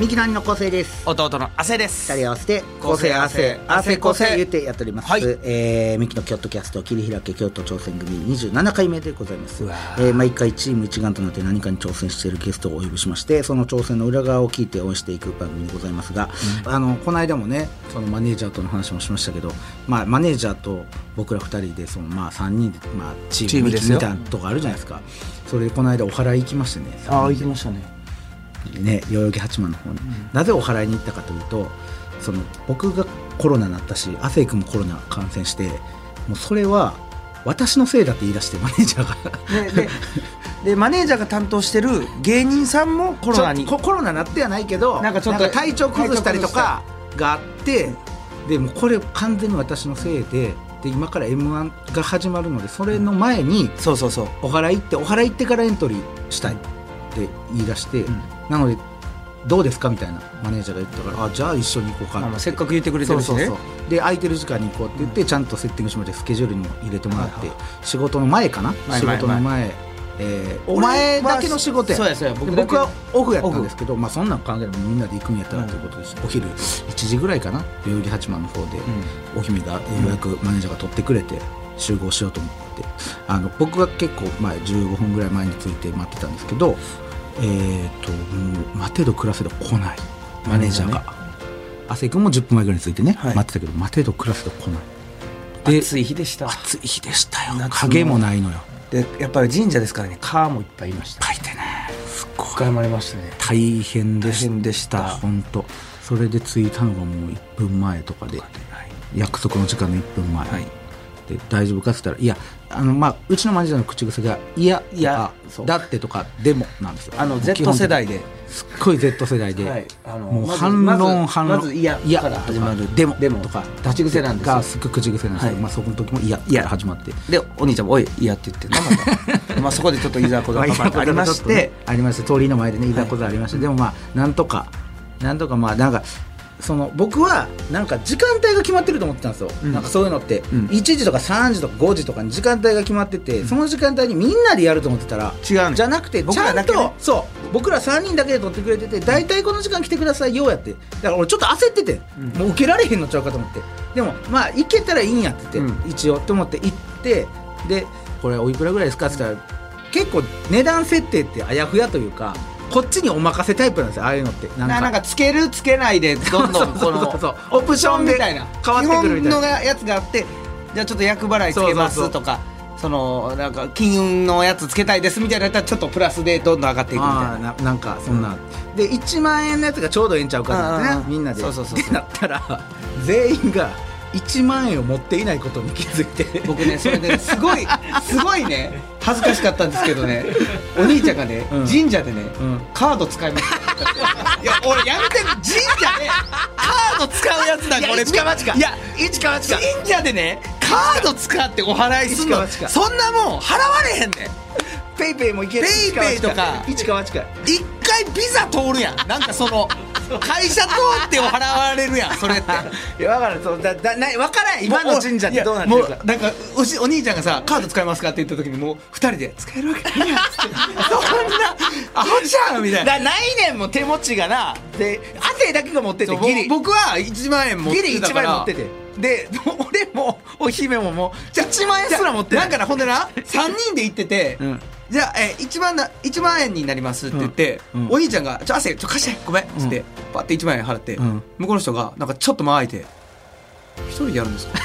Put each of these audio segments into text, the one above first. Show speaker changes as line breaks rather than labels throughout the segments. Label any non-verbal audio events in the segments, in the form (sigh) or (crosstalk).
ミキの兄の構成です
弟の汗です
二人合わせて
個性
個性
汗
汗
個
個
性
性言ってやっております、
はい
えーミキの京都キャスト切り開け京都挑戦組27回目でございます
わ、
えー毎回チーム一丸となって何かに挑戦しているゲストをお呼びしましてその挑戦の裏側を聞いて応援していく番組でございますが、あのこの間もねそのマネージャーとの話もしましたけど、まあ、マネージャーと僕ら二人でその、まあ、3人で、まあ、チ
チ
ー
ー
ムミ
ムで
キ
すよ
みたいなとこあるじゃないですかそれでこの間お祓い行きましてね
ああ行きましたね
ね、代々木八幡の方に、なぜお祓いに行ったかというとその僕がコロナになったし亜生君もコロナ感染してもうそれは私のせいだって言い出してマネージャーが。
でででマネージャーが担当してる芸人さんも (laughs) コロナに
ちょっとココロナなってはないけど
なんかちょっと
体調崩したりとかがあってでもうこれ完全に私のせいでで今から m 1が始まるのでそれの前に
そうそうそう
お祓い行ってお祓い行ってからエントリーしたいって言い出して、
ん
なのでどうですかみたいなマネージャーが言ったからあじゃあ一緒に行こうか
あ
なっ
の
て
せっかく言ってくれてるしね
そうそうそうで空いてる時間に行こうって言って、ちゃんとセッティングしてもらってスケジュールにも入れてもらって、
はいは
仕事の前かな、
前
仕
前
事の前、えーお前だけの仕事や
そうやそうや僕
僕
だけ
はオフやったんですけど、まあ、そんなん関係ないみんなで行くんやったらということです、お昼1時ぐらいかな代々木八幡の方で、お姫がようやくマネージャーが取ってくれて集合しようと思ってあの僕が結構前15分ぐらい前に着いて待ってたんですけど、えー、ともう待てど暮らせど来ないマネージャーが。亜生君も10分前ぐらいに着いてね、
はい
待ってたけど待てど暮らせど来ないで
暑い日でした
暑い日でしたよ
夏の
影もないのよ
でやっぱり神社ですからね川もいっぱいいました
書いてねすっごい
深まりましたね
大変でし
大変でした
た本当それで着いたのがもう1分前とかで約束の時間の1分前、
はい
で大丈夫かって言ったら「いやあの、まあ、うちのマネージャーの口癖が「いや」
いや
と
そ
か
う
だって」とか「でも」なんですよ
あの
もう基本
Z
的
世代です
っごい Z 世代で、
はいあの
もう
まず
反論、
まず
反論
まずいや
や
から始まる
とかでも
でも
とか
立ち癖なんですよ
がすっごい口癖なんですけど、
はい
まあ、そこの時も「いや」
いや
から始まって
でお兄ちゃんも「おいいや」って言ってんのまたまあそこでちょっといざこざパパがありま
(laughs) まあい
し
ざこざちょっと
て
ねありまして通りの前でねいざこざありまして、でもまあなんとかなんとかまあなんかその僕はなんか時間帯が決まってると思ってたんですよ、
ん
なんかそういうのって、
うん
1時とか3時とか5時とかに時間帯が決まってて、その時間帯にみんなでやると思ってたら
違うね
じゃなくて
僕
ちゃ
らだ
ん
けね
とそう僕ら3人だけで撮ってくれてて大体この時間来てくださいよやってだから俺ちょっと焦ってて、
うん
もう受けられへんのちゃうかと思ってでもまあ行けたらいいんやって言って、
う
一応って思って行ってでこれおいくらぐらいですかって言ったら、結構値段設定ってあやふやというかこっちにお任せタイプなんですよああいうのってな
な
(laughs)
なんかつけるつけないでどんどんこ
そうそう
の
そうオプションで
みたいな
変わってくるみたいな
基本のがやつがあってじゃあちょっと厄払いつけま
そうそうそう
すとかそのなんか金運のやつつけたいですみたいなやったらちょっとプラスでどんどん上がっていくみたい
あ
な
ーななんかそんな、で1万円のやつがちょうどええんちゃうかな
あ
っ
ーあ
て
ー
ねみんなで
そうそうそうそう
ってなったら全員が1万円を持っていないことに気づいて
僕ねそれで、すごいすごいね恥ずかしかったんですけどねお兄ちゃんがね、
うん
神社でね、
うん
カード使いましたいや俺やめて神社でカード使うやつだ
いや
俺
一か八か
いや
一か八か
神社でねカード使ってお祓いすん
一か
の
八か
そんなもん払われへんねん
ペイペイもいける
ペイペイとか
一か八か
一回ビザ通るやんなんかそ
(laughs)
の会社通ってお払われるやんそれって
いや分からんそうだだない分からん (laughs) 今の神社ってどうなってる
いや
か
もうなんかおしお兄ちゃんがさカード使いますかって言った時にもう二人で使えるわけないや
(laughs)
んっつってそんなアホじゃんみたいな
だないねんも手持ちがなで汗だけが持ってて
そう
ギリ
僕は1万円持ってた
ギリ1
から
万円持ってて
で (laughs) 俺もお姫ももうじゃあ
1万円すら持ってない
なんかなほん
(laughs)
でな3人で行ってて、
うん
じゃあ、えー、1, 万だ1万円になりますって言って、
うんうん
お兄ちゃんが「ちょ汗ちょ貸してごめん」っつっ
う
て、
ん
パッて1万円払って、
うん
向こうの人がなんかちょっと間空いて「一人でやるんですか? 」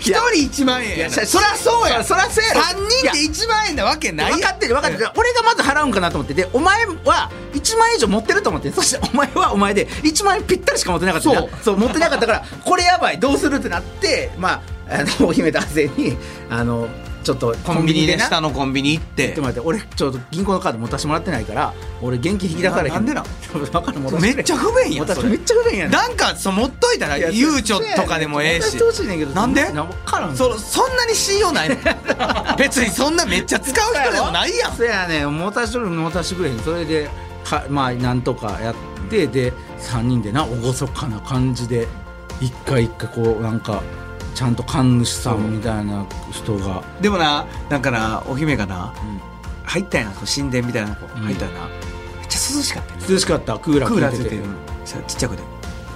一人1万
(laughs)
円
いや
やな
そそらそうやそらそうやろ
3人で1万円なわけないやん
分かってる分かってる俺がまず払うんかなと思ってでお前は1万円以上持ってると思ってそしてお前はお前で1万円ぴったりしか持ってなかったな
そう
そう持ってなかったからこれやばいどうするってなってまああのお姫と亜生にあのちょっと
コンビニで
な
下のコンビニ行って
ちょっと待って俺ちょっと銀行のカード持たしてもらってないから俺現金引き出されへん
ななんでなん
(laughs) わからん持たせて
めっちゃ不便や
持
ん
たせ
そ
て
れ
めっちゃ不便やん
なんかそう持っといたら
いや
ゆうちょとかでもええ
持た
し
せてほしいねんけど
なんで
わからん
そそんなに信用ないの (laughs) 別にそんなめっちゃ使う人でもないやん
そやねん持たしてる持たしてくれへんそれでかまあなんとかやってで3人でな厳かな感じで一回一回こうなんかちゃんと神主さんみたいな人が、
(laughs) でもななんかなお姫がな
う
入ったんやなこう神殿みたいなこう
うん
入ったらな、めっちゃ涼しかったよね
ん涼しかったクーラー
クーラーつ
効
いてるさちっちゃくで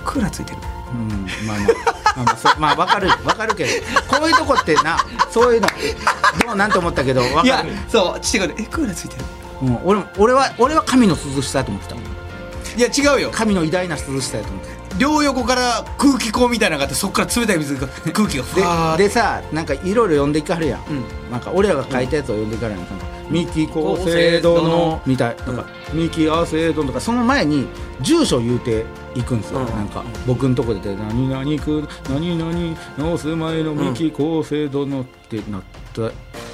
クーラーついてる
うんまあまあまあまあそうまあわかるわかるけどこういうとこってなそういうのどうなんて思ったけどわ
い
か
や
る、
そうちっちゃくでえクーラーついてる
うん、俺も俺は俺は神の涼しさやと思ってた
いや違うよ
神の偉大な涼しさやと思ってた
両横から空気口みたいなのがあってそこから冷たい水が空気がふわーって
ででさなんかいろいろ読んでいかはるやん、
う
なんか俺らが書いたやつを読んでいかはるやんなんか「三木厚生
うん
殿」みたいとか「三木厚生殿」とかその前に住所言うていくんですよ、
うん
なんか僕んとこで「何々く何々のお住まいの三木厚生殿」ってなっただ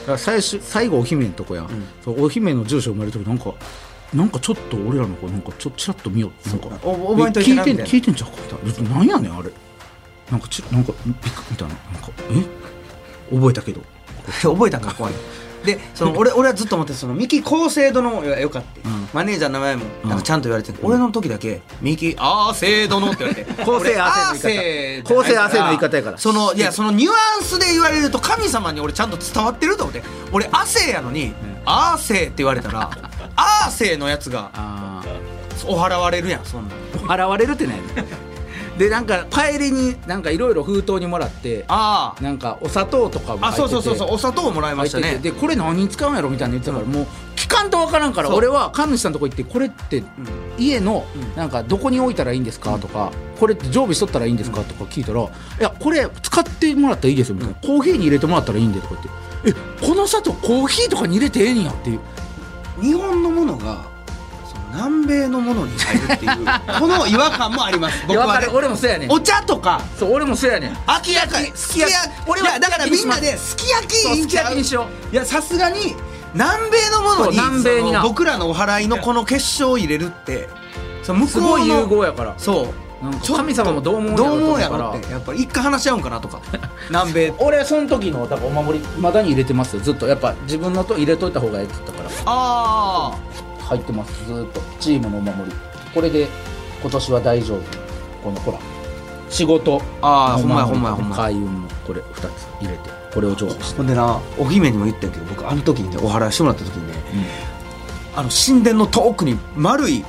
から最終最後お姫のとこやん、そうお姫の住所生まれる時なんかなんかちょっと俺らの子なんかちょっとちらっと見よってなんか
お覚えといて
聞
ない
て
み
ん
たいな
聞いてんちゃうかみたいななんやねんあれなんかちなんかびっくみたいななんかえ覚えたけど
(laughs) 覚えたんか怖いでその俺俺はずっと思ってその三木厚生殿がよかった、
うん
マネージャーの名前も
うん
なんかちゃんと言われてる、俺の時だけ三木厚生殿って言われて
(laughs) 厚生
あ
亜生の言い方厚生亜生の言い方やから
そのいやそのニュアンスで言われると神様に俺ちゃんと伝わってると思って俺亜生やのに亜生、って言われた
(laughs)
ら亜生のやつが
あ
お払われるやんそんなん
あ現れるってないでなんか帰りになんかいろいろ封筒にもらって
あー
なんかお砂糖とかも入
あ
ってて
そうそうそうそうお砂糖もらいま
入
し
って
た
て
ね
でこれ何に使うんやろみたいなの言ってたから、もう聞かんとわからんから
そう
俺は神主さんのとこ行ってこれって
うん
家の
うん
なんかどこに置いたらいいんですかとか、これって常備しとったらいいんですかとか聞いたら、いやこれ使ってもらったらいいですよみたいな、コーヒーに入れてもらったらいいんでとか言ってえこの砂糖コーヒーとかに入れてええんやっていう
日本のものがその南米のものに入るってい
(laughs)
うこの違和感もあります僕
いやわ
は、
か
ね
る、俺もそうやねん
お茶とか
そう俺もそうやねん
すき焼きすき焼き俺はだからみんなですき焼き
そう
いい
す
ん
き
ちゃ
焼
う
きにしよ
いやさすがに南米のものに
そう南米にな
その僕らのお祓いのこの結晶を入れるってその向
うす
こ
ご
うの
い融合やから
そう
なんか
ちょっと
神様もどう思うんやろ
どう思うや
と思うか
ろ
ら
ってやっぱり一回話し合うんかな
(laughs)
とか南米
俺その時のだからお守りまだに入れてますよずっとやっぱ自分のと入れといた方がええって言ったから
あ
入ってますずーっとチームのお守りこれで今年は大丈夫このほら仕事
あああ
の
ほんまやほ
お守り
んまやほんまや
開運もこれ2つ入れてこれを常備して、
ほんでなお姫にも言ったけど僕あの時にねお祓いしてもらった時にねあの神殿の遠くに丸い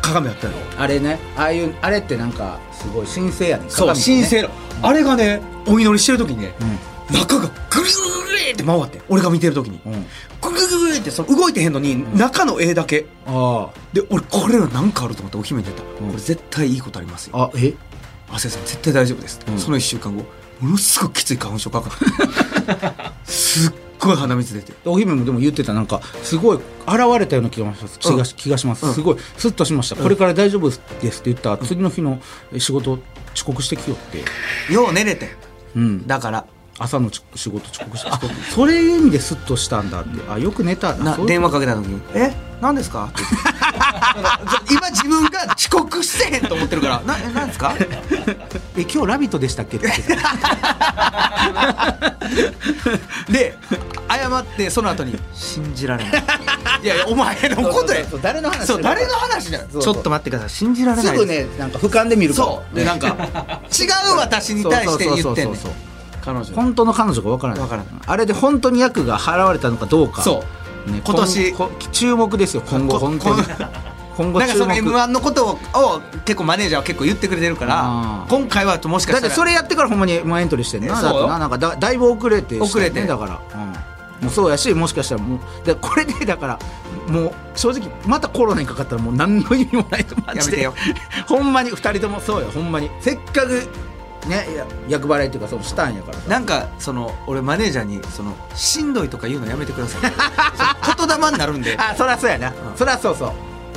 鏡あったよ
あれねああいうあれってなんかすごい神聖やねん
そう
鏡ってね
神聖のあれがねお祈りしてる時にね
うん
中がグリグリって回って俺が見てる時に
うん、
グリグリってその動いてへんのに中の絵だけ
あ
で俺これらなんかあると思ってお姫に出た
ん
これ絶対いいことありますよ
ああえ
亜生さん絶対大丈夫ですって
うん
その1週間後ものすごくきつい花粉症かかっ
(laughs)
てすっごい鼻水出て
お姫もでも言ってたなんかすごい現れたような気がします気がし気がします、
うん
すごいスッとしました、これから大丈夫ですって言った次の日の仕事遅刻してきよって、
よう寝れて
うん、
だから
朝のち仕事遅刻してあそれいう意味でスッとしたんだってあよく寝た
な
そういう
電話かけた時に「え何ですか?」って (laughs) 言って今自分が遅刻してへんと思ってるから「なえ何ですか?」
え今日「ラビット!」でしたっ
(laughs)
けって言ってた
で謝ってその後に「信じられない」 (laughs) いやいやお前のことや
そうそうそう誰の話
そう誰の話だよ
そう
ち
そ
ょ
う
っと待ってください信じられ
す
ない
ぐねなんか俯瞰で見るから
そう
ね
でなんか違う私 (laughs) に対して言ってんねん
そうそうそうそう
彼女
本当の彼女がわからない
わからない
あれで本当に役が払われたのかどうか
そう
ね
今年
こんこ注目ですよ今後
こ
本当に
こ
今後
なんか
注
その
目
m 1のことをを結構マネージャーは結構言ってくれてるから
あー
今回はもしか
だっ
した
て
ら
それやってからほんまにもうエントリーしてんな
え
だって
そうよ
ななんかだだいぶ遅れてしたよね
遅れて
だから、うん、もうそうやしもしかしたらもうでこれでだからもう正直またコロナにかかったらもう何の意味もないとマジで
や
(laughs) ほんまに2人ともそうよほんまにせっかくねや役払いっていうかそのしたんやからさ
なんかその俺マネージャーにそのしんどいとか言うのやめてくださ (laughs) いそう言霊になるんで、
あそりゃそうやな、
うん
そりゃそうそう、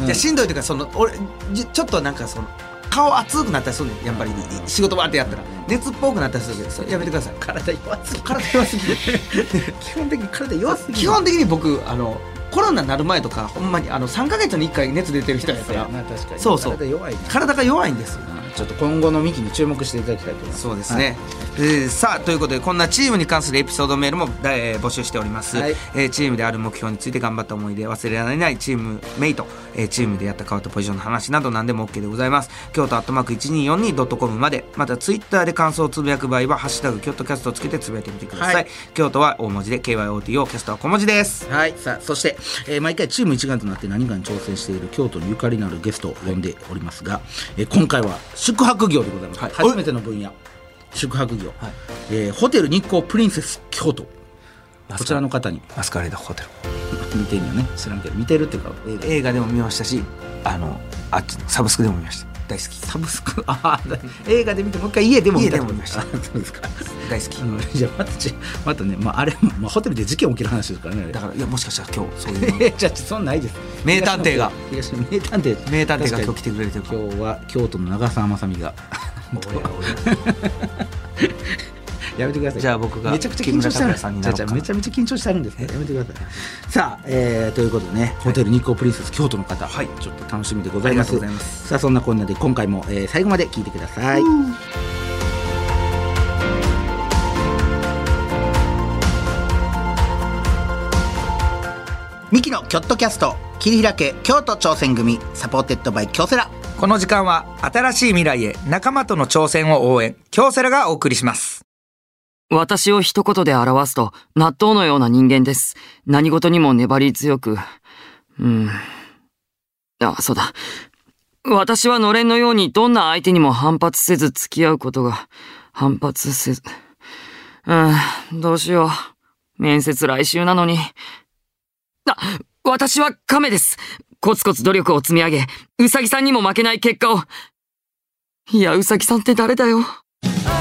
うん
じゃあしんどいとかその俺じちょっとなんかその顔熱くなったりするねんやっぱり仕事バーってやったら熱っぽくなったりするけどそれやめてください
体弱すぎ
(laughs) 体弱すぎる
(laughs) 基本的に体弱すぎる
基本的に僕あのコロナになる前とかほんまにあの3か月に1回熱出てる人やか
そうや
ら
な確かに
そうそう
体弱いな
体が弱いんです
ちょっと今後のミキに注目していただきたいと思います
そうですね、えーさあということでこんなチームに関するエピソードメールも、えー募集しております、
はい
えーチームである目標について頑張った思い出忘れられないチームメイト、えーチームでやった変わったポジションの話など何でも OK でございます京都アットマーク 1242.com までまたツイッターで感想をつぶやく場合は「ハッシュタグ京都キャスト」をつけてつぶやいてみてください、
はい
京都は大文字で KYOTO キャストは小文字です
はい、さあそして、えー毎回チーム一丸となって何かに挑戦している京都にゆかりのあるゲストを呼んでおりますが、えー今回は宿泊業でございます、
はい
初めての分野宿泊業、
はい
えーホテル日光プリンセス京都こちらの方に (laughs)
マスカレードホテル
見てんよね知らんけど見てるっていうか映画
映画でも見ましたしあのあっちサブスクでも見ました大好き
サブスク (laughs) あーだ映画で見てもう一回家でも見た
家でも見ました
あそうですか
大好き
あのじゃあまたちまたね、まあ、あれも、まあ、ホテルで事件起きる話ですからねあれ
だからいやもしかしたら今日そういうの
えじゃあそんなん (laughs) ないです
名探偵が
東野名探偵
名探偵が
確かに
今日来てくれるというか
今日は京都の長澤まさみが (laughs) やめてください
じゃあ僕が
めちゃくちゃ緊張して
木
る
村拓哉さんになろう
じゃあじ
かな
ゃあめちゃめちゃ緊張してあるんですねやめてくださいさあ、えーということでねホテル日光プリンセス京都の方、
はい
ちょっと楽しみでございます
ありがとうございます
さあそんなこんなで今回も、えー最後まで聞いてくださいミキのキョットキャスト切り開け京都挑戦組サポーテッドバイ京セラ
この時間は新しい未来へ仲間との挑戦を応援京セラがお送りします
私を一言で表すと、納豆のような人間です。何事にも粘り強く。うん。あ、そうだ。私はのれんのようにどんな相手にも反発せず付き合うことが、反発せず。うん、どうしよう。面接来週なのに。あ、私は亀です。コツコツ努力を積み上げ、うさぎさんにも負けない結果を。いや、うさぎさんって誰だよ。
(laughs)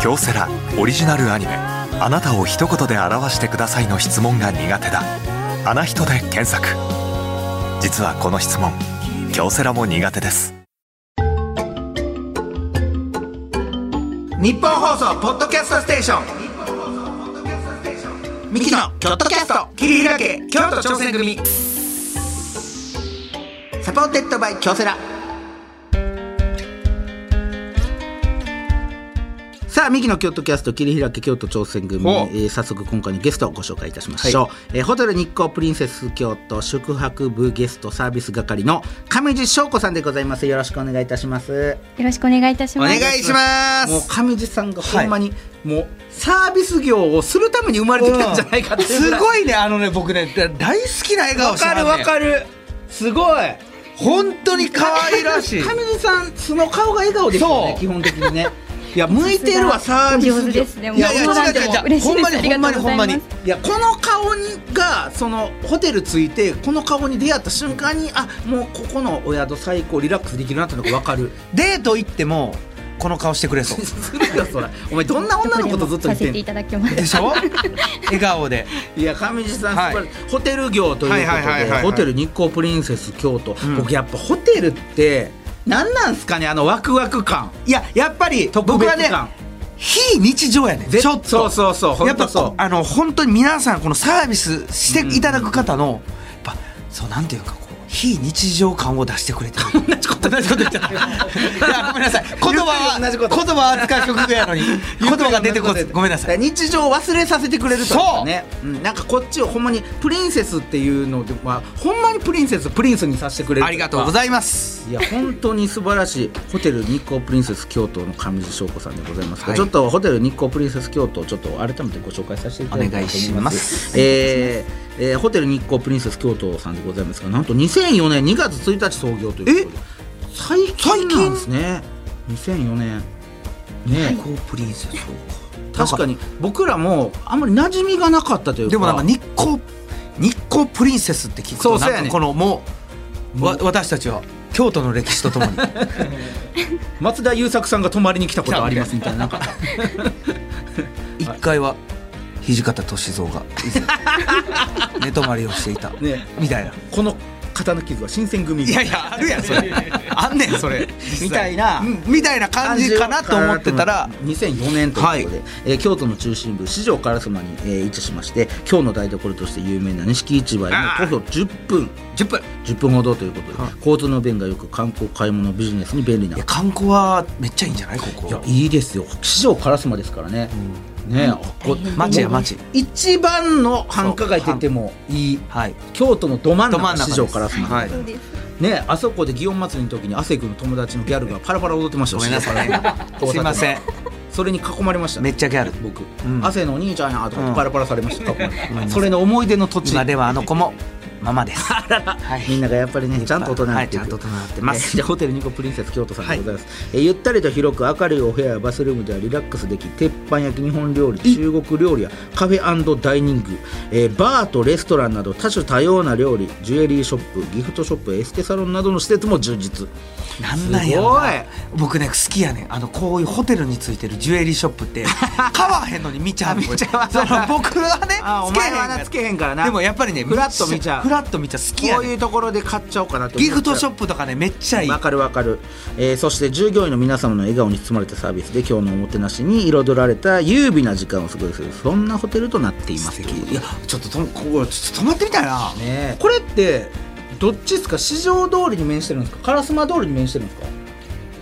京セラオリジナルアニメ「あなたを一言で表してください」の質問が苦手だ「あな人」で検索実はこの質問京セラも苦手です
日本放送ポッドキャストステーションミキのキョットキャスト切り開け京都挑戦組
サポーテッドバイ京セラさあミキの京都キャスト切り開け京都挑戦組、え
ほう
ー早速今回のゲストをご紹介いたしましょう、えーホテル日光プリンセス京都宿泊部ゲストサービス係の上地翔子さんでございますよろしくお願いいたします
よろしくお願いいたし
お
ます。
願いしま
もう
す
上地さんがほんまに、もうサービス業をするために生まれてきたんじゃないかっていうぐ
す
らい
ごいねあのね僕ねだ大好きな笑顔してはんね
かるすごい
本当に可愛ら (laughs) しい
上地さんその顔が笑顔ですよね
そう
基本的にねいや向いてるわサービス業
お上手ですね
いやいや
もう
違う
本当
違う
に
違う
嬉しいです
ほんまにほんまにほんま
あり
に
がとうございます
いやこの顔にがそのホテル着いてこの顔に出会った瞬間にあもうここのお宿最高リラックスできるなってのが分かる (laughs)
デート行ってもこの顔してくれそう
するよそらお前どんな女のことずっと言って
させ
ん
て
の
いただきます。
でしょ笑顔で
いや上地さん、
はい
素晴らしいホテル業ということで、
はいはいはいはいはい
ホテル日光プリンセス京都、
ん
僕やっぱホテルって何なんすかねあのワクワク感
いややっぱり
特
僕
別
はね
感
非日常やね
ぜ
ちょっと
そうそうそうほんと
やっぱ
そう
あの本当に皆さんこのサービスしていただく方の、やっぱそうなんていうかこう非日常感を出してく
(laughs)
れてる同じこと同じこと言っちゃった (laughs) いやごめんなさい言葉は
同じこと
言葉は扱う曲や
(laughs)
のに言葉が出てこずごめんなさい
日常を忘れさせてくれるというかねう、ん、なんかこっちをほんまにプリンセスっていうので、まあ、ほんまにプリンセスをプリンスにさせてくれる
ありがとうご
い
ざいます
ますいや本当に素晴らしいホテル日光プリンセス京都の上地翔子さんでございますが、
はい
ちょっとホテル日光プリンセス京都をちょっと改めてご紹介させていただきたいと思い
お願いし
ま
ますす
えーえーホテル日光プリンセス京都さんでございますがなんと2004年2月1日創業ということで最近なんですね2004年ね、
こうプリンセス
確かに僕らもあんまり馴染みがなかったというか
でもなんか日光日光プリンセスって聞く
そう
と
そう
な
や
ん
ね
かこのもうわ私たちは京都の歴史とともに
松田優作さんが泊まりに来たことありますみたいななんか
一階は土方歳三が以前寝泊まりをしていた
(laughs) ね
みたいな
この刀傷は新選組
(laughs) いやいやあるやんそれあんねんそれ
みたいな
うんみたいな感じかなと思ってたら
2004年ということで、
は
えー京都の中心部四条烏丸に、えー位置しまして京の台所として有名な錦市場へ
あー
の徒歩10分
10分
10分ほどということで
はい
交通の便がよく観光買い物ビジネスに便利ない
や観光はめっちゃいいんじゃないここ
いやいいですよ四条烏丸ですからね、ねえ、あこ
街や街
一番の繁華街って言ってもいい
はい
京都のど真ん
ど真
中
ん中
四
です
条烏丸、
はい
ねあそこで祇園祭りの時に亜生君の友達のギャルがパラパラ踊ってました
ご
よ
めんなさ
(laughs)
いね
四条烏丸の
すいません
それに囲まれました
めっちゃギャル
僕、
うん
汗のお兄ちゃんやと
うん
かパラパラされました、囲まれ
うん
てそれの思い出の土地
今ではあの子もママですはい
みんながやっぱりね (laughs) ちゃんと大人になっていく、
はいちゃんと大人になってます
えーじゃあホテルニコプリンセス京都さんでございます、えーゆったりと広く明るいお部屋やバスルームではリラックスでき鉄板焼き日本料理中国料理やカフェダイニング、えーバーとレストランなど多種多様な料理ジュエリーショップギフトショップエステサロンなどの施設も充実
なんなんやろな僕ね好きやねんあのこういうホテルについてるジュエリーショップ
(laughs)
って買わへんのに見ちゃうの
あ見ちゃう
その僕はね
あお前はな
つけへん
つけへんから
から
な
でもやっぱりね
フラッと見ちゃう
フラッと見ちゃう好きや
こう
ね
い
ん
うところで買っちゃおうかなと思っち
ギ
ゃう
フトショップとかねめっちゃいい
わかるわかる、えーそして従業員の皆様の笑顔に包まれたサービスで今日のおもてなしに彩られた優美な時間を過ごせるそんなホテルとなっています
いやちょっととここちょっと泊まってみたいな
ねえこれってどっちですか市場通りに面してるんですか烏丸通りに面してるんですか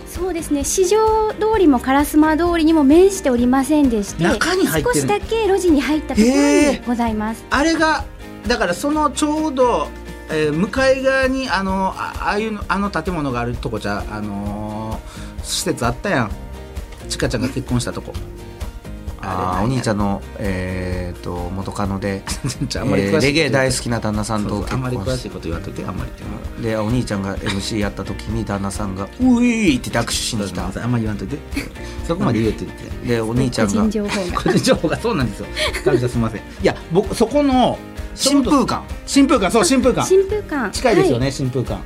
そうですね市場通りも烏丸通りにも面しておりませんでして
中に入ってる
少しだけ路地に入ったところ
へ
に
ー
ございます
あれがだからそのちょうど、えー向かい側にあのあああいうのあの建物があるとこじゃあのー施設あったやんちかちゃんが結婚したと (laughs) こ
あーお兄ちゃんのえー、と元カノ (laughs) で
じゃああんまり詳しいこと言う
えーレゲエ大好きな旦那さん
そう
と
そうあんまり詳
結婚
しい
し
こと言わんといてあんまりっていうのは
でお兄ちゃんが MC やった時に旦那さんが「 (laughs) うい!」って握手しに来た
あんまり言わんといて (laughs) そこまで言うって言って
でお兄ちゃ
個
んが
人情報が
個人情報がそうなんですよ (laughs) 神田すみませんいや僕そこの
新風館
新風館そう新風館
新風館
近いですよ
は
ね新風館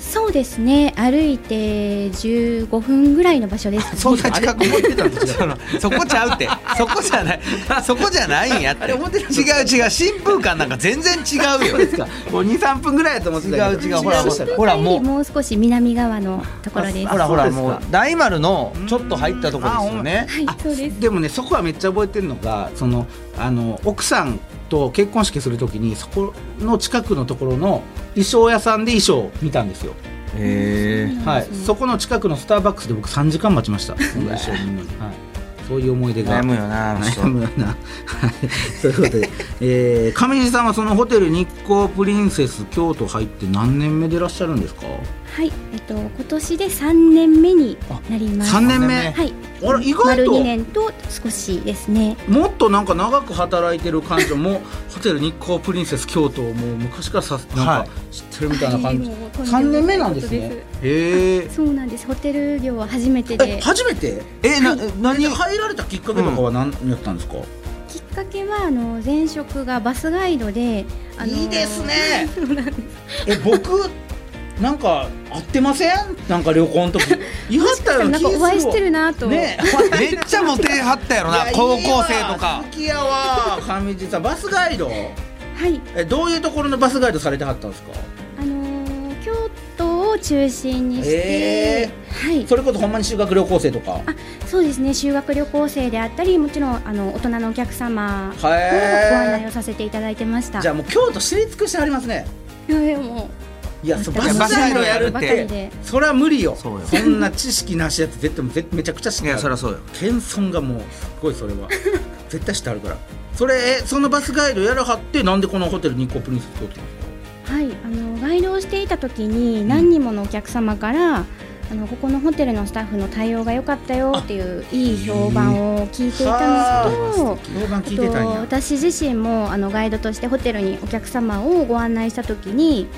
そうですね歩いて15分ぐらいの場所ですかね
そんな近くに
あれ思ってたんと違う
その (laughs) そこちゃうってそこじゃないそこじゃないんやって違う違う新風館なんか全然違うよ
そうですかもう23分ぐらいやと思ってたけど
違う違うほら
そしたら
ほらもう
新風館よりもう少し南側のところです
(laughs) ほらほ
そ
ら
うですか
もう大丸のちょっと入ったとこですよね
はいそうです
でもねそこはめっちゃ覚えてるのがそのあの奥さんと結婚式するときにそこの近くのところの衣装屋さんで衣装を見たんですよ、
へえ
はい、そこの近くのスターバックスで僕3時間待ちましたその衣装を見るのに、はい、そういう思い出が
悩むよなあの人
悩むよな。はいということで、えー、上地さんはそのホテル日光プリンセス京都入って何年目でいらっしゃるんですか。
はいえっと今年で3年目になります
三年目。
はい
あら意外
丸
と
2年と少しですね
もっとなんか長く働いてる感じもホテル日光プリンセス京都をもう昔からさなん
は
か
い
知ってるみたいな感じ
はいもうとんでもな。い
三、年目なんですね
ことで。
へえ。
そうなんですホテル業は初めて
え
で
初めて。
えな何
何入られたきっかけとかは何やったんですか。
きっかけはあの前職がバスガイドであの
いいですね。え僕。なんか会ってませんなんか旅行の時言いは
も
っ
したか
よ
したら
うな
なん
気
か
する
お
わ
会いしてるなと、
ね
めっちゃモテはったやろな高校生とか
好きやわ上地さんバスガイド
はい
えどういうところのバスガイドされてはったんですか
あの京都を中心にして、
え
はい
それこそほんまに修学旅行生とか
そうですね修学旅行生であったりもちろんあの大人のお客様をご案
へ
内をさせていただいてました
えじゃあもう京都知り尽くしてはりますね
いやいやも
いやそう
う
バスガイドやるっ
ばかり
て
で
それは無理よ
そうよ
そんな知識なしやつ絶対絶めちゃくちゃ知っ
い
て
やそり
る
ゃそうよ
謙遜がもうすごいそれは (laughs) 絶対知ってはるからそれえそのバスガイドやらはってなんでこのホテル日光プリンセス通ってますか
はいあのガイドをしていた時に何人ものお客様から、あのここのホテルのスタッフの対応が良かったよっていういい評判を聞いていたのと、
評判聞いてたん
と
や
私自身もあのガイドとしてホテルにお客様をご案内した時に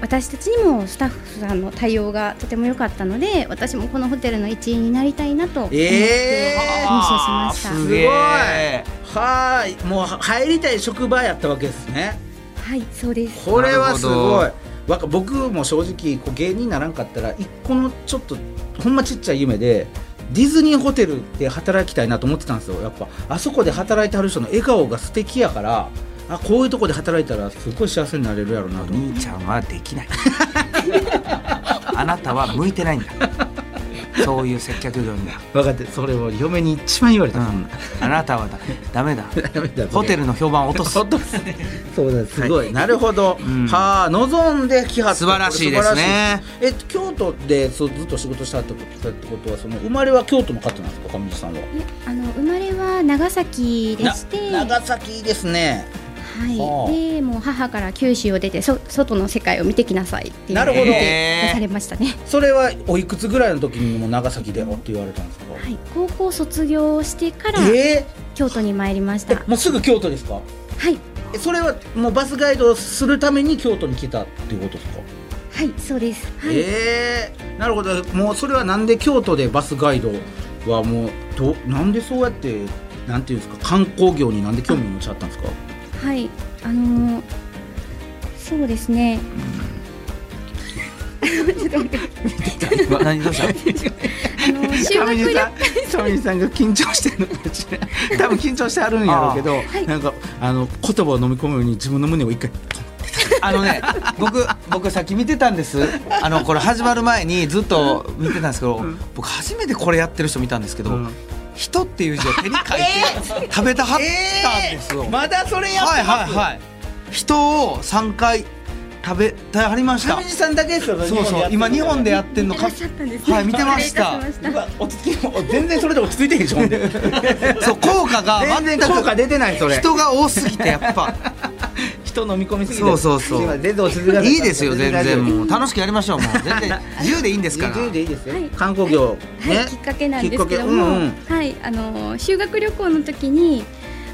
私たちにもスタッフさんの対応がとても良かったので私もこのホテルの一員になりたいなと思って
えー
入社しました、
すげえ
はーいもう入りたい職場やったわけですね
はいそうです
これはすご
ないる
わか僕も正直こう芸人にならんかったら一個のちょっとほんまちっちゃい夢でディズニーホテルで働きたいなと思ってたんですよやっぱあそこで働いてはる人の笑顔が素敵やからあこういうとこで働いたらすごい幸せになれるやろうな
お
と思って
兄ちゃんはできないあなたは向いてないんだそういう接客業には、
分かってそれを嫁に一番言われ
う
た、 (laughs)
ん、あなたはだダメだ
ダメだ
ホテルの評判を落とす
そうですすごい、なるほど、
ん
はあ望んできはった
素晴らしいです
これ素晴ら
ね
しいですえ京都でそうずっと仕事したってことってことはその生まれは京都の方なんですか上地さんは
あの生まれは長崎でして、
な
は
長崎いいですねはあ
い、でもう母から九州を出てそ外の世界を見てきなさいっていう
なるほど
出さ
え
れましたね。
それはおいくつぐらいの時にもう長崎でよって言われたんですか、
はい、高校卒業してから
え
京都に参りまし
ー
た。
えもうすぐ京都ですか
はい、
えそれはもうバスガイドをするために京都に来たっていうことですか、
はい、そうです。はい、
えー、なるほどもうそれはなんで京都でバスガイドはもうどなんでそうやってなんていうんですか観光業になんで興味を持ちはったんですか
はい、あのーそうですね。
ー、何どうした
あ
(laughs)
のー修学
上地
旅行
さん上地さんが緊張してるのかしら多分緊張してあるんやろうけど、
はい
なんかあの言葉を飲み込むように自分の胸を一回
あの
(laughs)
ね僕僕さっき見てたんですあのこれ始まる前にずっと見てたんですけど、僕初めてこれやってる人見たんですけど「
うん
人」っていう字を手に書いて食べたはったんですよ、
まだそれやっ
は
て
い
ま
は
す、
いはい人を3回食べてはりました
上地さんだけですよね
そうそう今日本でやってんの
行って
か
らっしゃったんですね。
はい見てました
失礼いたしま
うわ落ち着きも全然それで落ち着いてへんでしょほんで
そう効果が
全
(laughs) 全
然
く
効果出てないそれ
人が多すぎてやっぱ
人飲み込みすぎて
そうそうそう
今全然落ち着いてなかった
いいですよ全然 (laughs) もう楽しくやりましょうもう全 (laughs) 然自由でいいんですから
20でいいですよ、
はい
観光業、
はい、
ね
きっかけなんですけど
きっ
も、
かけうんうん
はい、あの修学旅行の時に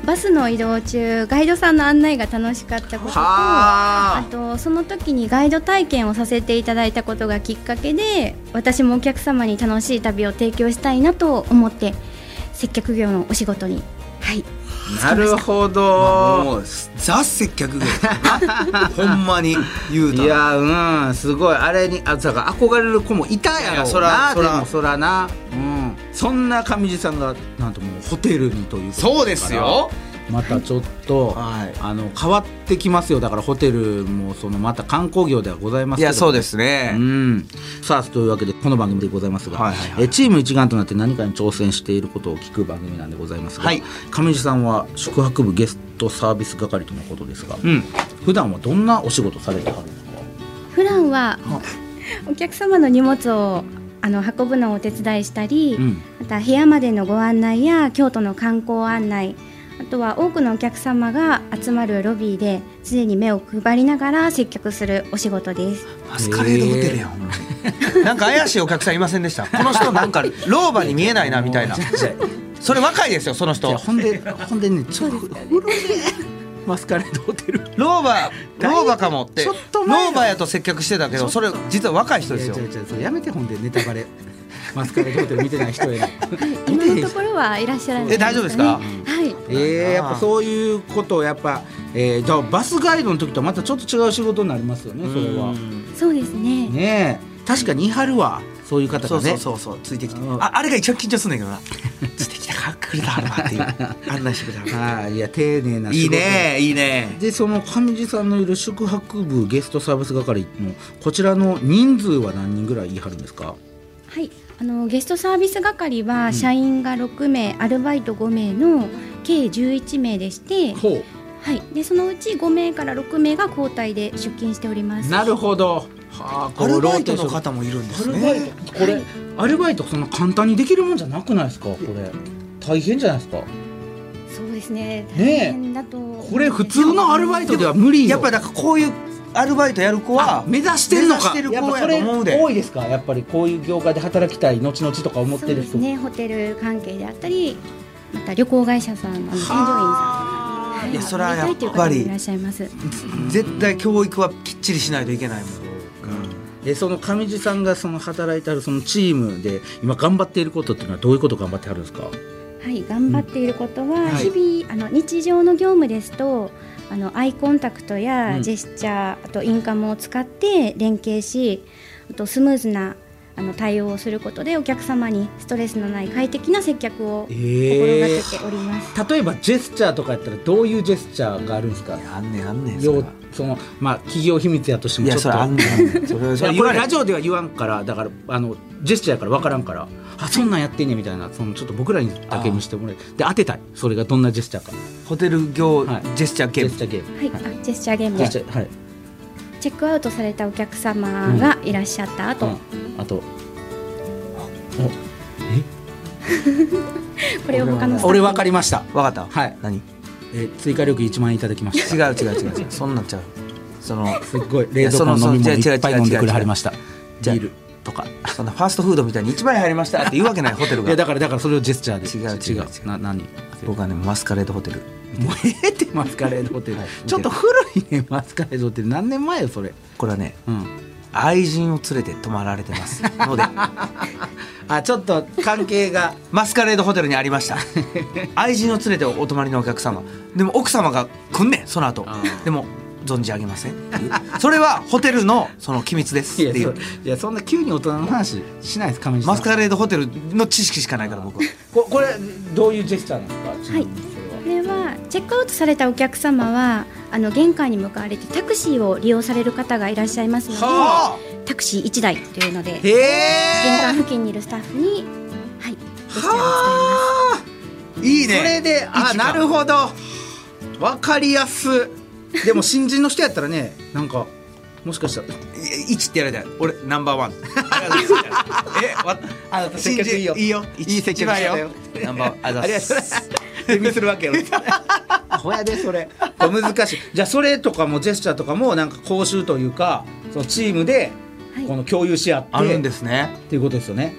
バスの移動中ガイドさんの案内が楽しかったこととあ
はあ
とその時にガイド体験をさせていただいたことがきっかけで私もお客様に楽しい旅を提供したいなと思って接客業のお仕事にはい
なるほ
も
ど
うザ接
(laughs)
客業だなほんまに言う
い
たら
やうんすごいあれにあだから憧れる子もいたやろうない
やそらそら
でもそらな、うん、そんな上地さんがなんともうホテルにということ
そうですよ
からまたちょっと、
はい
あの変わってきますよだからホテルもそのまた観光業ではございます
い
けど
やそうですね
うん、さあというわけでこの番組でございますが、
はいはいはい
えチーム一丸となって何かに挑戦していることを聞く番組なんでございますが、
はい
上地さんは宿泊部ゲストサービス係とのことですが、
うん
普段はどんなお仕事されてはるんですか
普段はお客様の荷物をあの運ぶのをお手伝いしたり、
うん
また部屋までのご案内や京都の観光案内あとは多くのお客様が集まるロビーで常に目を配りながら接客するお仕事です
マスカレードホテルやん、ほんまになんか怪しいお客さんいませんでしたこの人なんか老婆に見えないなみ (laughs) たいなそれ若いですよその
じゃあ
人
ほんでほんでねちょっと風呂でマスカレードホテル
老婆老婆かもって
ちょ
老
っと前の
婆やと接客してたけどそれ実は若い人ですよ
いや違う違うそれやめてほんでネタバレマスカレードホテル見てない (laughs) 人への
今のところはいらっしゃらない
え大丈夫ですか
ねはい
えー、やっぱそういうことをやっぱ、えー、だからバスガイドの時とはまたちょっと違う仕事になりますよねそれは。
そうですね
ねえ確かにいはるわそういう方
そ
が
うそ
ね
うそうそうついてきて
うん
ああれが一番緊張するんだけどなついてきてくれたはるわって (laughs) いう案内してくれたはるわ
はいいや丁寧な仕
い
事
いねいいね
でその上地さんのいる宿泊部ゲストサービス係のこちらの人数は何人ぐらい言いはるんですか
はいあのゲストサービス係は社員が6名、アルバイト5名の計11名でして、
ほ
はい、でそのうち5名から6名が交代で出勤しております
なるほどはあ
アルバイトの
ア
方もいるんです
ルバイ
ね
トこれアルバイトそんな簡単にできるもんじゃなくないですかこれ大変じゃないですか
そうですね
え
大変だと、
これ普通のアルバイトでは無理よ
やっぱなんかこういうアルバイトやる子は
あ目指してるのか
目指してる
やっ
子
ぱ
や
そ
と
れ
思うで
多いですかやっぱりこういう業界で働きたい後々とか思っ
そ
て
う
る
です
人
ねホテル関係であったりまた旅行会社さんあの添乗員さん
はあ
はい
いやそれはやっぱり
なりたいという方もいらっしゃいます
絶対教育はきっちりしないといけないもん
でその上地さんがその働いてあるそのチームで今頑張っていることっていうのはどういうことを頑張ってあるんですか
はい頑張っていることは
はい
日々、あの日常の業務ですとあのアイコンタクト
う
や
ん
ジェスチャー、あとインカムを使って連携しあとスムーズなああの対応をすることでお客様にストレスのない快適な接客を
え
心が
ー
けております。
例えばジェスチャーとかやったらどういうジェスチャーがあるんですか、
あんねんあんねんそれ
よう
は
そのまあ企業秘密やとしても
い
ちょ
や
っと
それあんねんあん (laughs) ねんそれはそれ
いやこ
は言わ
れ
れへ
ラ
ん
ジオでは言わんからだからあのジェスチャーやから分からんからあそんなんやってんねんみたいなそのちょっと僕らにだけ見せてもらえで当てたいそれがどんなジェスチャーか
ホテル業ジ
はい
ェスチャー
ジ
系
ェスチャーゲーム
はい、あジェスチャーゲーム
ジェ
で
スチャーはい、
チェックアウトされたお客様がいらっしゃった後、
うん、あと
これを他のスタッフに
俺分かりました
わかった
はい
何
えー追加料金1万円いただき (laughs) ました
違う違う違う違うそんなんちゃうその
すっごい冷蔵庫の飲み物いっぱい飲んでくれはりましたビ
じゃあ
ールとか
そんなファーストフードみたいに一枚入りましたって言うわけないホテル
いや
が
だからだからそれをジェスチャーで
違う違う
な何
僕はねマスカレードホテル
もうええってマスカレードホテル、
はい
ちょっと古いねマスカレードホテル何年前よそれ
これはね
うん
愛人を連れて泊まられてますの (laughs) で
あちょっと関係が
マスカレードホテルにありました (laughs) 愛人を連れてお泊まりのお客様でも奥様が来んねんその後
あー
でも存じ上げませんっていうそれはホテルのその機密です
い
っ
や
てい
そういやそんな急に大人の話しないです上地さん
マスカレードホテルの知識しかないから僕は
ここれどういうジェスチャーなんですか
はいこれはチェックアウトされたお客様はあの玄関に向かわれてタクシーを利用される方がいらっしゃいますので、
は
タクシー1台というので
へ
玄
え
関付近にいるスタッフにはいジェスチャーを使
いいね
それであ
一番
なるほどわかりやすでも新人の人やったらねなんかもしかしたら
1ってやられたら俺ナンバーワン (laughs) えわ
あなた接客いいよ
信じいいよ
いい接客してたよ
一番ナンバーワン (laughs) ありがとうございます
デビューするわけよ (laughs) ほやでそれこれ難しいじゃあそれとかもジェスチャーとかもなんか講習というかそのチームでこ
いますは
の共有し合って、
あるんですすね
っていうことですよね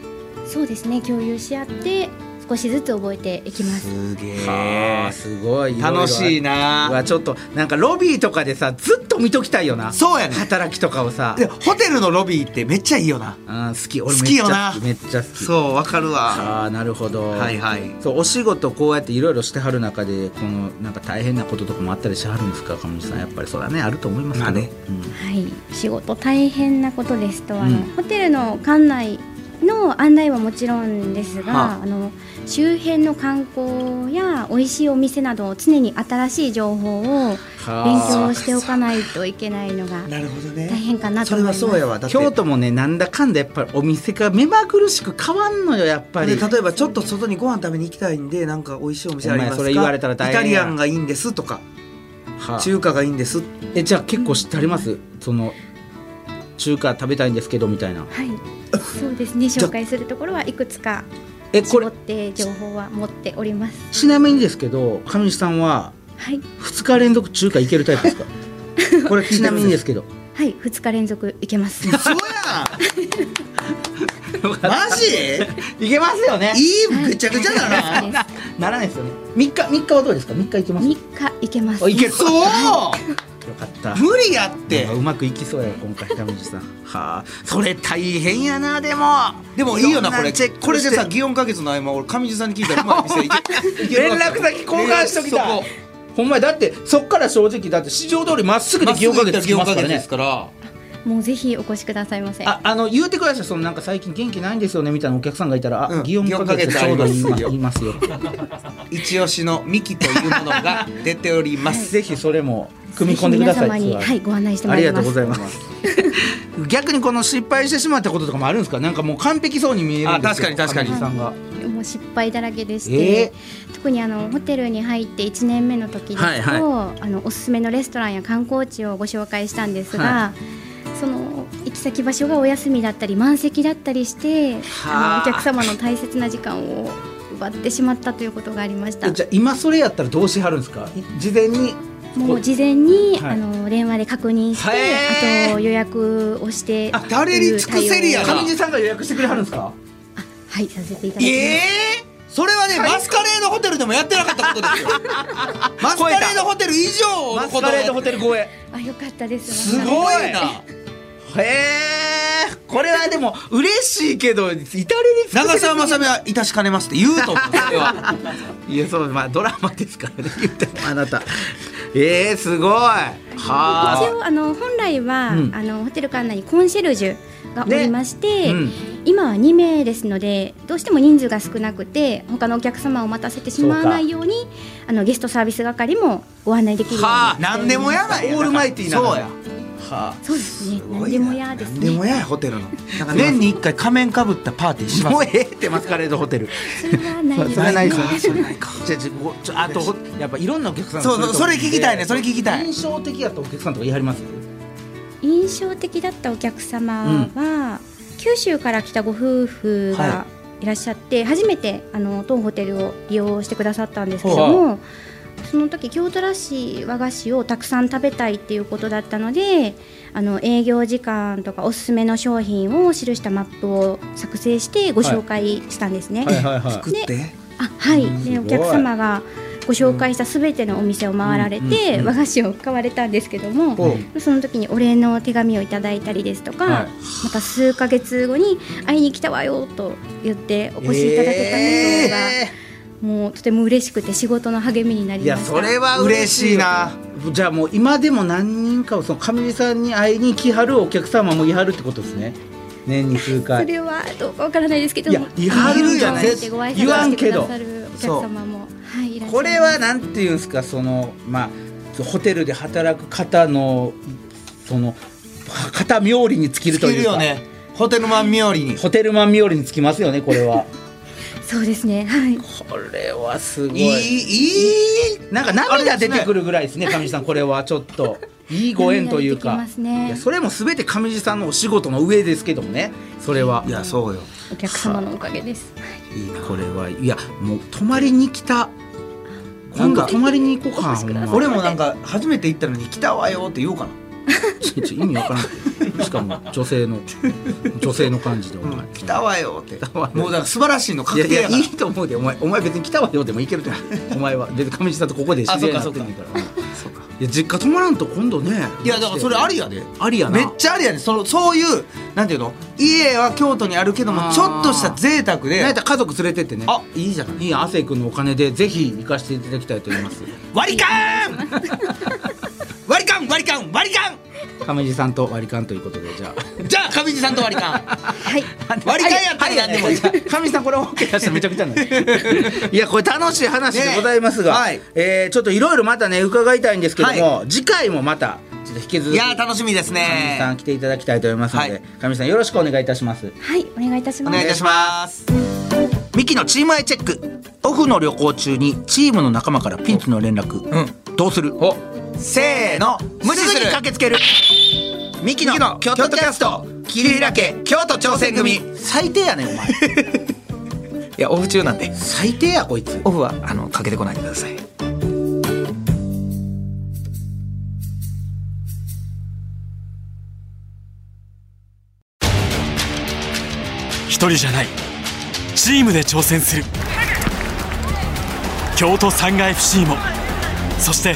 いそうですね共有し合って少しずつ覚えていきます
すげ
はあ
え
すごい
楽しい
なう
な
わちょっとなんかロビーとかでさずっと見ときたいよな
そうやね
働きとかをさ
でホテルのロビーってめっちゃいいよな
あー好き俺め
好
っ
き
ち
よ
ゃ
な
好きめっちゃ好き
そうわかるわ
ああなるほど
はいはい
そうお仕事こうやっていろいろしてはる中でこのなんか大変なこととかもあったりしてはるんですか上地さんやっぱりそれはねあると思いますけど、
まあね
うん
はい仕事大変なことですとあの、
うん
ホテルの館内の案内はもちろんですが、
は
あの周辺の観光や美味しいお店など常に新しい情報を勉強をしておかないといけないのが
なるほど
大
ね
変かなと
そ
思
れ
いま
は
す。
そうやわだって
京都もねなんだかんだやっぱりお店が目まぐるしく変わんのよやっぱり
で例えばちょっと外にご飯食べに行きたいんでなんか美味しいお店ありま
お前
すか
それ言われたら大変や
イタリアンがいいんですとか
はあ
中華がいいんです
えじゃあ結構知ってありますその中華食べたいんですけどみたいな
はい。そうですね。紹介するところはいくつか
えこ
絞
れ
って情報は持っております。
ちなみにですけど上地さんは
はい。
2日連続中華行けるタイプ (laughs) ですかこれちなみにですけど
はい。二日連続いけます。
そうやんマジ
いけますよね
いいぐちゃぐちゃだな
な。
ならないですよね3日三日はどうですか3日行けます
三日いけます。
あいける
そう
よかった
無理やって
なんかうまくいきそうやろ今回北水さんはあ
それ大変やなでもでもいいよなこれこれでさ祇園花月の合間俺上地さんに聞いたらうまい店
(laughs)
行け
連絡先交換しときたいほんまやだってそっから正直だって市場通りまっすぐで
祇
祇
園
園
花
か月
月
つ
です
き
か
ますから
ら
ね
もうぜひお越しくださいませ。
ああの言うてくださいそのなんか最近元気ないんですよねみたいなお客さんがいたら「あ
うん
祇園か月
祇園花月
ちょうど言いま
あり
言いますよ」
一押しのミキというものが出ており
(laughs)
ます
ぜひそれも組み込んでください
ぜひ皆様にはいご案内してまいります。
ありがとうございます逆にこの失敗してしまったこととかもあるんですかなんかもう完璧そうに見えるんですけど
あ確かに確かに
上地さんが
もう失敗だらけでして、
え
特にあのホテルに入って1年目の時ですと、
はい
あのおすすめのレストランや観光地をご紹介したんですが、
は
その行き先場所がお休みだったり満席だったりしてあのお客様の大切な時間を奪ってしまったということがありました
えじゃあ今それやったらどうしはるんですか事前に
もう事前に、
はい
あの電話で確認して、
へー
あと予約をして
あ誰に尽くせりやな
上地さんが予約してくれはるんですか
はいさせていただきます、
ええそれはね、マスカレードホテルでもやってなかったこ
(laughs)
とですよマスカレードホテル以上の
マ
こ
ス
と
カレードホテル超え
あよかったです
すごいな
へえこれはでも嬉しいけど至れり尽くせり
長澤まさみはいたしかねますって言うと思うそれ
(laughs)
はい
やそうまあドラマですからね言ってもあなたええすごいは
一
あ
応あの本来は、
うん
あのホテル館内にコンシェルジュがおりまして、
うん
今は2名ですのでどうしても人数が少なくて他のお客様を待たせてしまわないようにあのゲストサービス係もご案内できるように
はあ
しております
何でもやない
オールマイティーな
そうや
は
そうですね
すご
何
いな
でもやです
でも
ね
やホテルの
なんか年に一回仮面かぶったパーティーします
もうええってマスカレードホテル
それはないです
それないですよね
それないか
じゃあじゃあこうちょあとほやっぱいろんなお客さん
そうそうそれ
ると思
聞
んで
きたいねそれ聞きたい
印象的やったお客さんとか言い張ります
印象的だったお客様は、九州から来たご夫婦が
はい
いらっしゃって、初めてあの当ホテルを利用してくださったんですけどもその時京都らしい和菓子をたくさん食べたいっていうことだったのであの営業時間とかおすすめの商品を記したマップを作成してご紹介したんですね。
はい
作って
あはい、
す
で
ご
お
い
客様がご紹介したすべてのお店を回られて、和菓子を買われたんですけども、
ほ
その時にお礼の手紙をいただいたりですとか、
はい
また数ヶ月後に会いに来たわよと言ってお越しいただけたことが、もうとても嬉しくて仕事の励みになり
いや
ました
それは嬉しいなじゃあもう今でも何人かをその上地さんに会いに来はるお客様もいはるってことですね年に数
そ
回
れはどうかわからないですけど
いやいはるじゃない
ご挨拶して
言わんけど
くださるお客様もはいいらっしゃいます
これはなんていうんですかそのまあホテルで働く方のそのは肩冥利に尽きると
作る
いうか
よねホテルマン冥利に
ホテルマン冥利に尽きますよねこれは
そうですねはい
これはすご
いい
い
いい
なんか涙出てくるぐらいですね上地さんこれはちょっといいご縁というか
涙出てきますね
いやそれも全て上地さんのお仕事の上ですけどもねそれはい
やそうよ
お客様のおかげです
いいなこれはいやもう泊まりに来た
なん
今
か
度泊まりに行こうか
お越しください
ほんま
俺もなんか初めて行ったのに来たわよって言おうかな
ちょちょ意味わからんしかも女性の女性の感じでお前、
来たわよって
わよ
もうだから素晴らしいの
い
確
やい
定や
や
から
いいと思うでお前お前別に来たわよでもいけると思うお前は別に上地さんとここで知り合いになってんねんから
そうか
いや実家泊まらんと今度ね
いやだからそれありやで
ありやな
めっちゃありやねそのそういうなんていうの家は京都にあるけども
あー
ちょっとした贅沢
なんやっ
で
たら家族連れてってね
あいいじゃない
いい亜生君のお金でぜひ行かせていただきたいと思います
割り勘
(laughs)
割り勘割り勘割り勘
上地さんと割り勘ということでじゃあ
じゃあ上地さんと割
(laughs)
り勘
はい
割り勘やったら何でもいい
はい神さんこれ OK 出したらめちゃくちゃになる (laughs) いやこれ楽しい話でございますが、
ねはい
えーちょっといろいろまたね伺いたいんですけども、次回もまたちょっと引き
い
続き
やー
神
楽しみです
さん
ね
来ていただきたいと思いますの
は
で
い
神、さんよろしくお願いいたします
はいお願いいたし
お
ます
願いいたしますミキのチームアイチェック
オフの旅行中にチームの仲間からピンチの連絡、
う
どうする
せーの無視する
けつける
ミキの京都キャスト桐平家京都挑戦組 (laughs) い
最低やねんお前
やオフ中なんで
最低やこいつ
オフはあのかけてこないでください
一人じゃないチームで挑戦する京都サンガ FC もそして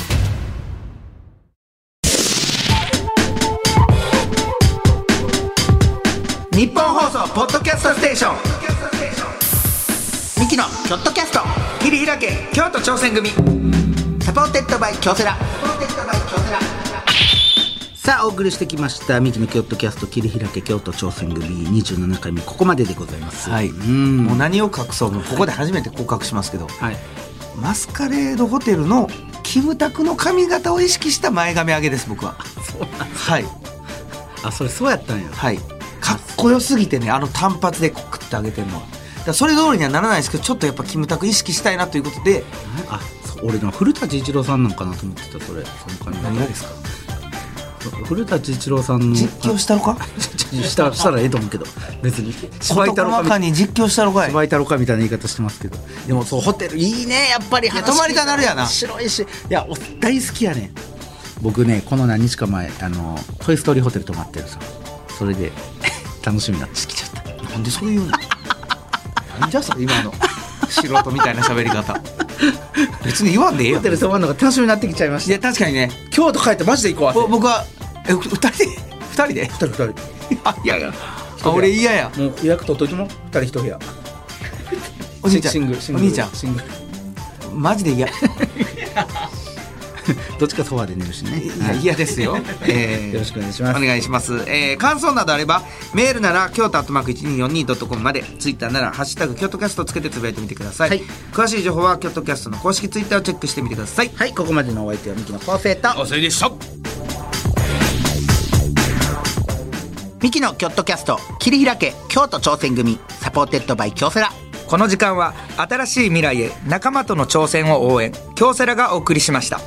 日本放送ポッドキャストステーションミキのキョットキャスト桐平家京都挑戦組サポーテッドバイ京セラ
さあお送りしてきましたミキの京都キャスト切り開け京都挑戦組27回目ここまででございます
はい
うん
もう何を隠そうもうここで初めて告白しますけど
はい
マスカレードホテルのキムタクの髪型を意識した前髪上げです僕ははい
あそれそうやったんや
はいかっこよすぎてねあの単発でこう食ってあげてるのはだからそれ通りにはならないですけどちょっとやっぱキムタク意識したいなということで
あそう俺の古舘一郎さんなんかなと思ってたそれその感じ
何がですか
古舘一郎さんの
実況したのか
況 (laughs) したしたらええと思うけど別に芝居太
事
郎
細か
かみ
に実況したのかい
芝居太郎かみたいな言い方してますけどでも (laughs) そうホテルいいねやっぱり
いや泊まりたなるやな
白いしいやお大好きやねん僕ねこの何日か前あのトイ・ストーリーホテル泊まってるさそれで楽しみになってきちゃった (laughs)
なんでそう言うの
じゃそれ
今の素人みたいな喋り方
(laughs)
別に言わんでええ
ホ
よ
テル泊まるのが楽しみになってきちゃいまし
い
た
や確かにね
京都帰ってマジで行こう
ぼ僕はえふ二人で二人で
二人二人
あいやいやあ俺嫌や
もう予約取っといても二人一部屋
お兄ちゃん
シングルシン
お
グル
兄ちゃん
シングル
マジ
(laughs)
で嫌い
どっちかソファで寝るしね
や嫌ですよ、えー
よろしくお願いします
お願いします、えー感想などあればメールなら京都アットマーク 1242.com までツイッターなら「ハッシュタグ京都キャスト」つけてつぶやいてみてください、
はい
詳しい情報は京都キャストの公式ツイッターをチェックしてみてください
はいここまでのお相手はミキの昴生と
お世話でした
ミキのキョットキャスト切り開け京都挑戦組サポーテッドバイ京セラ
この時間は新しい未来へ仲間との挑戦を応援京セラがお送りしました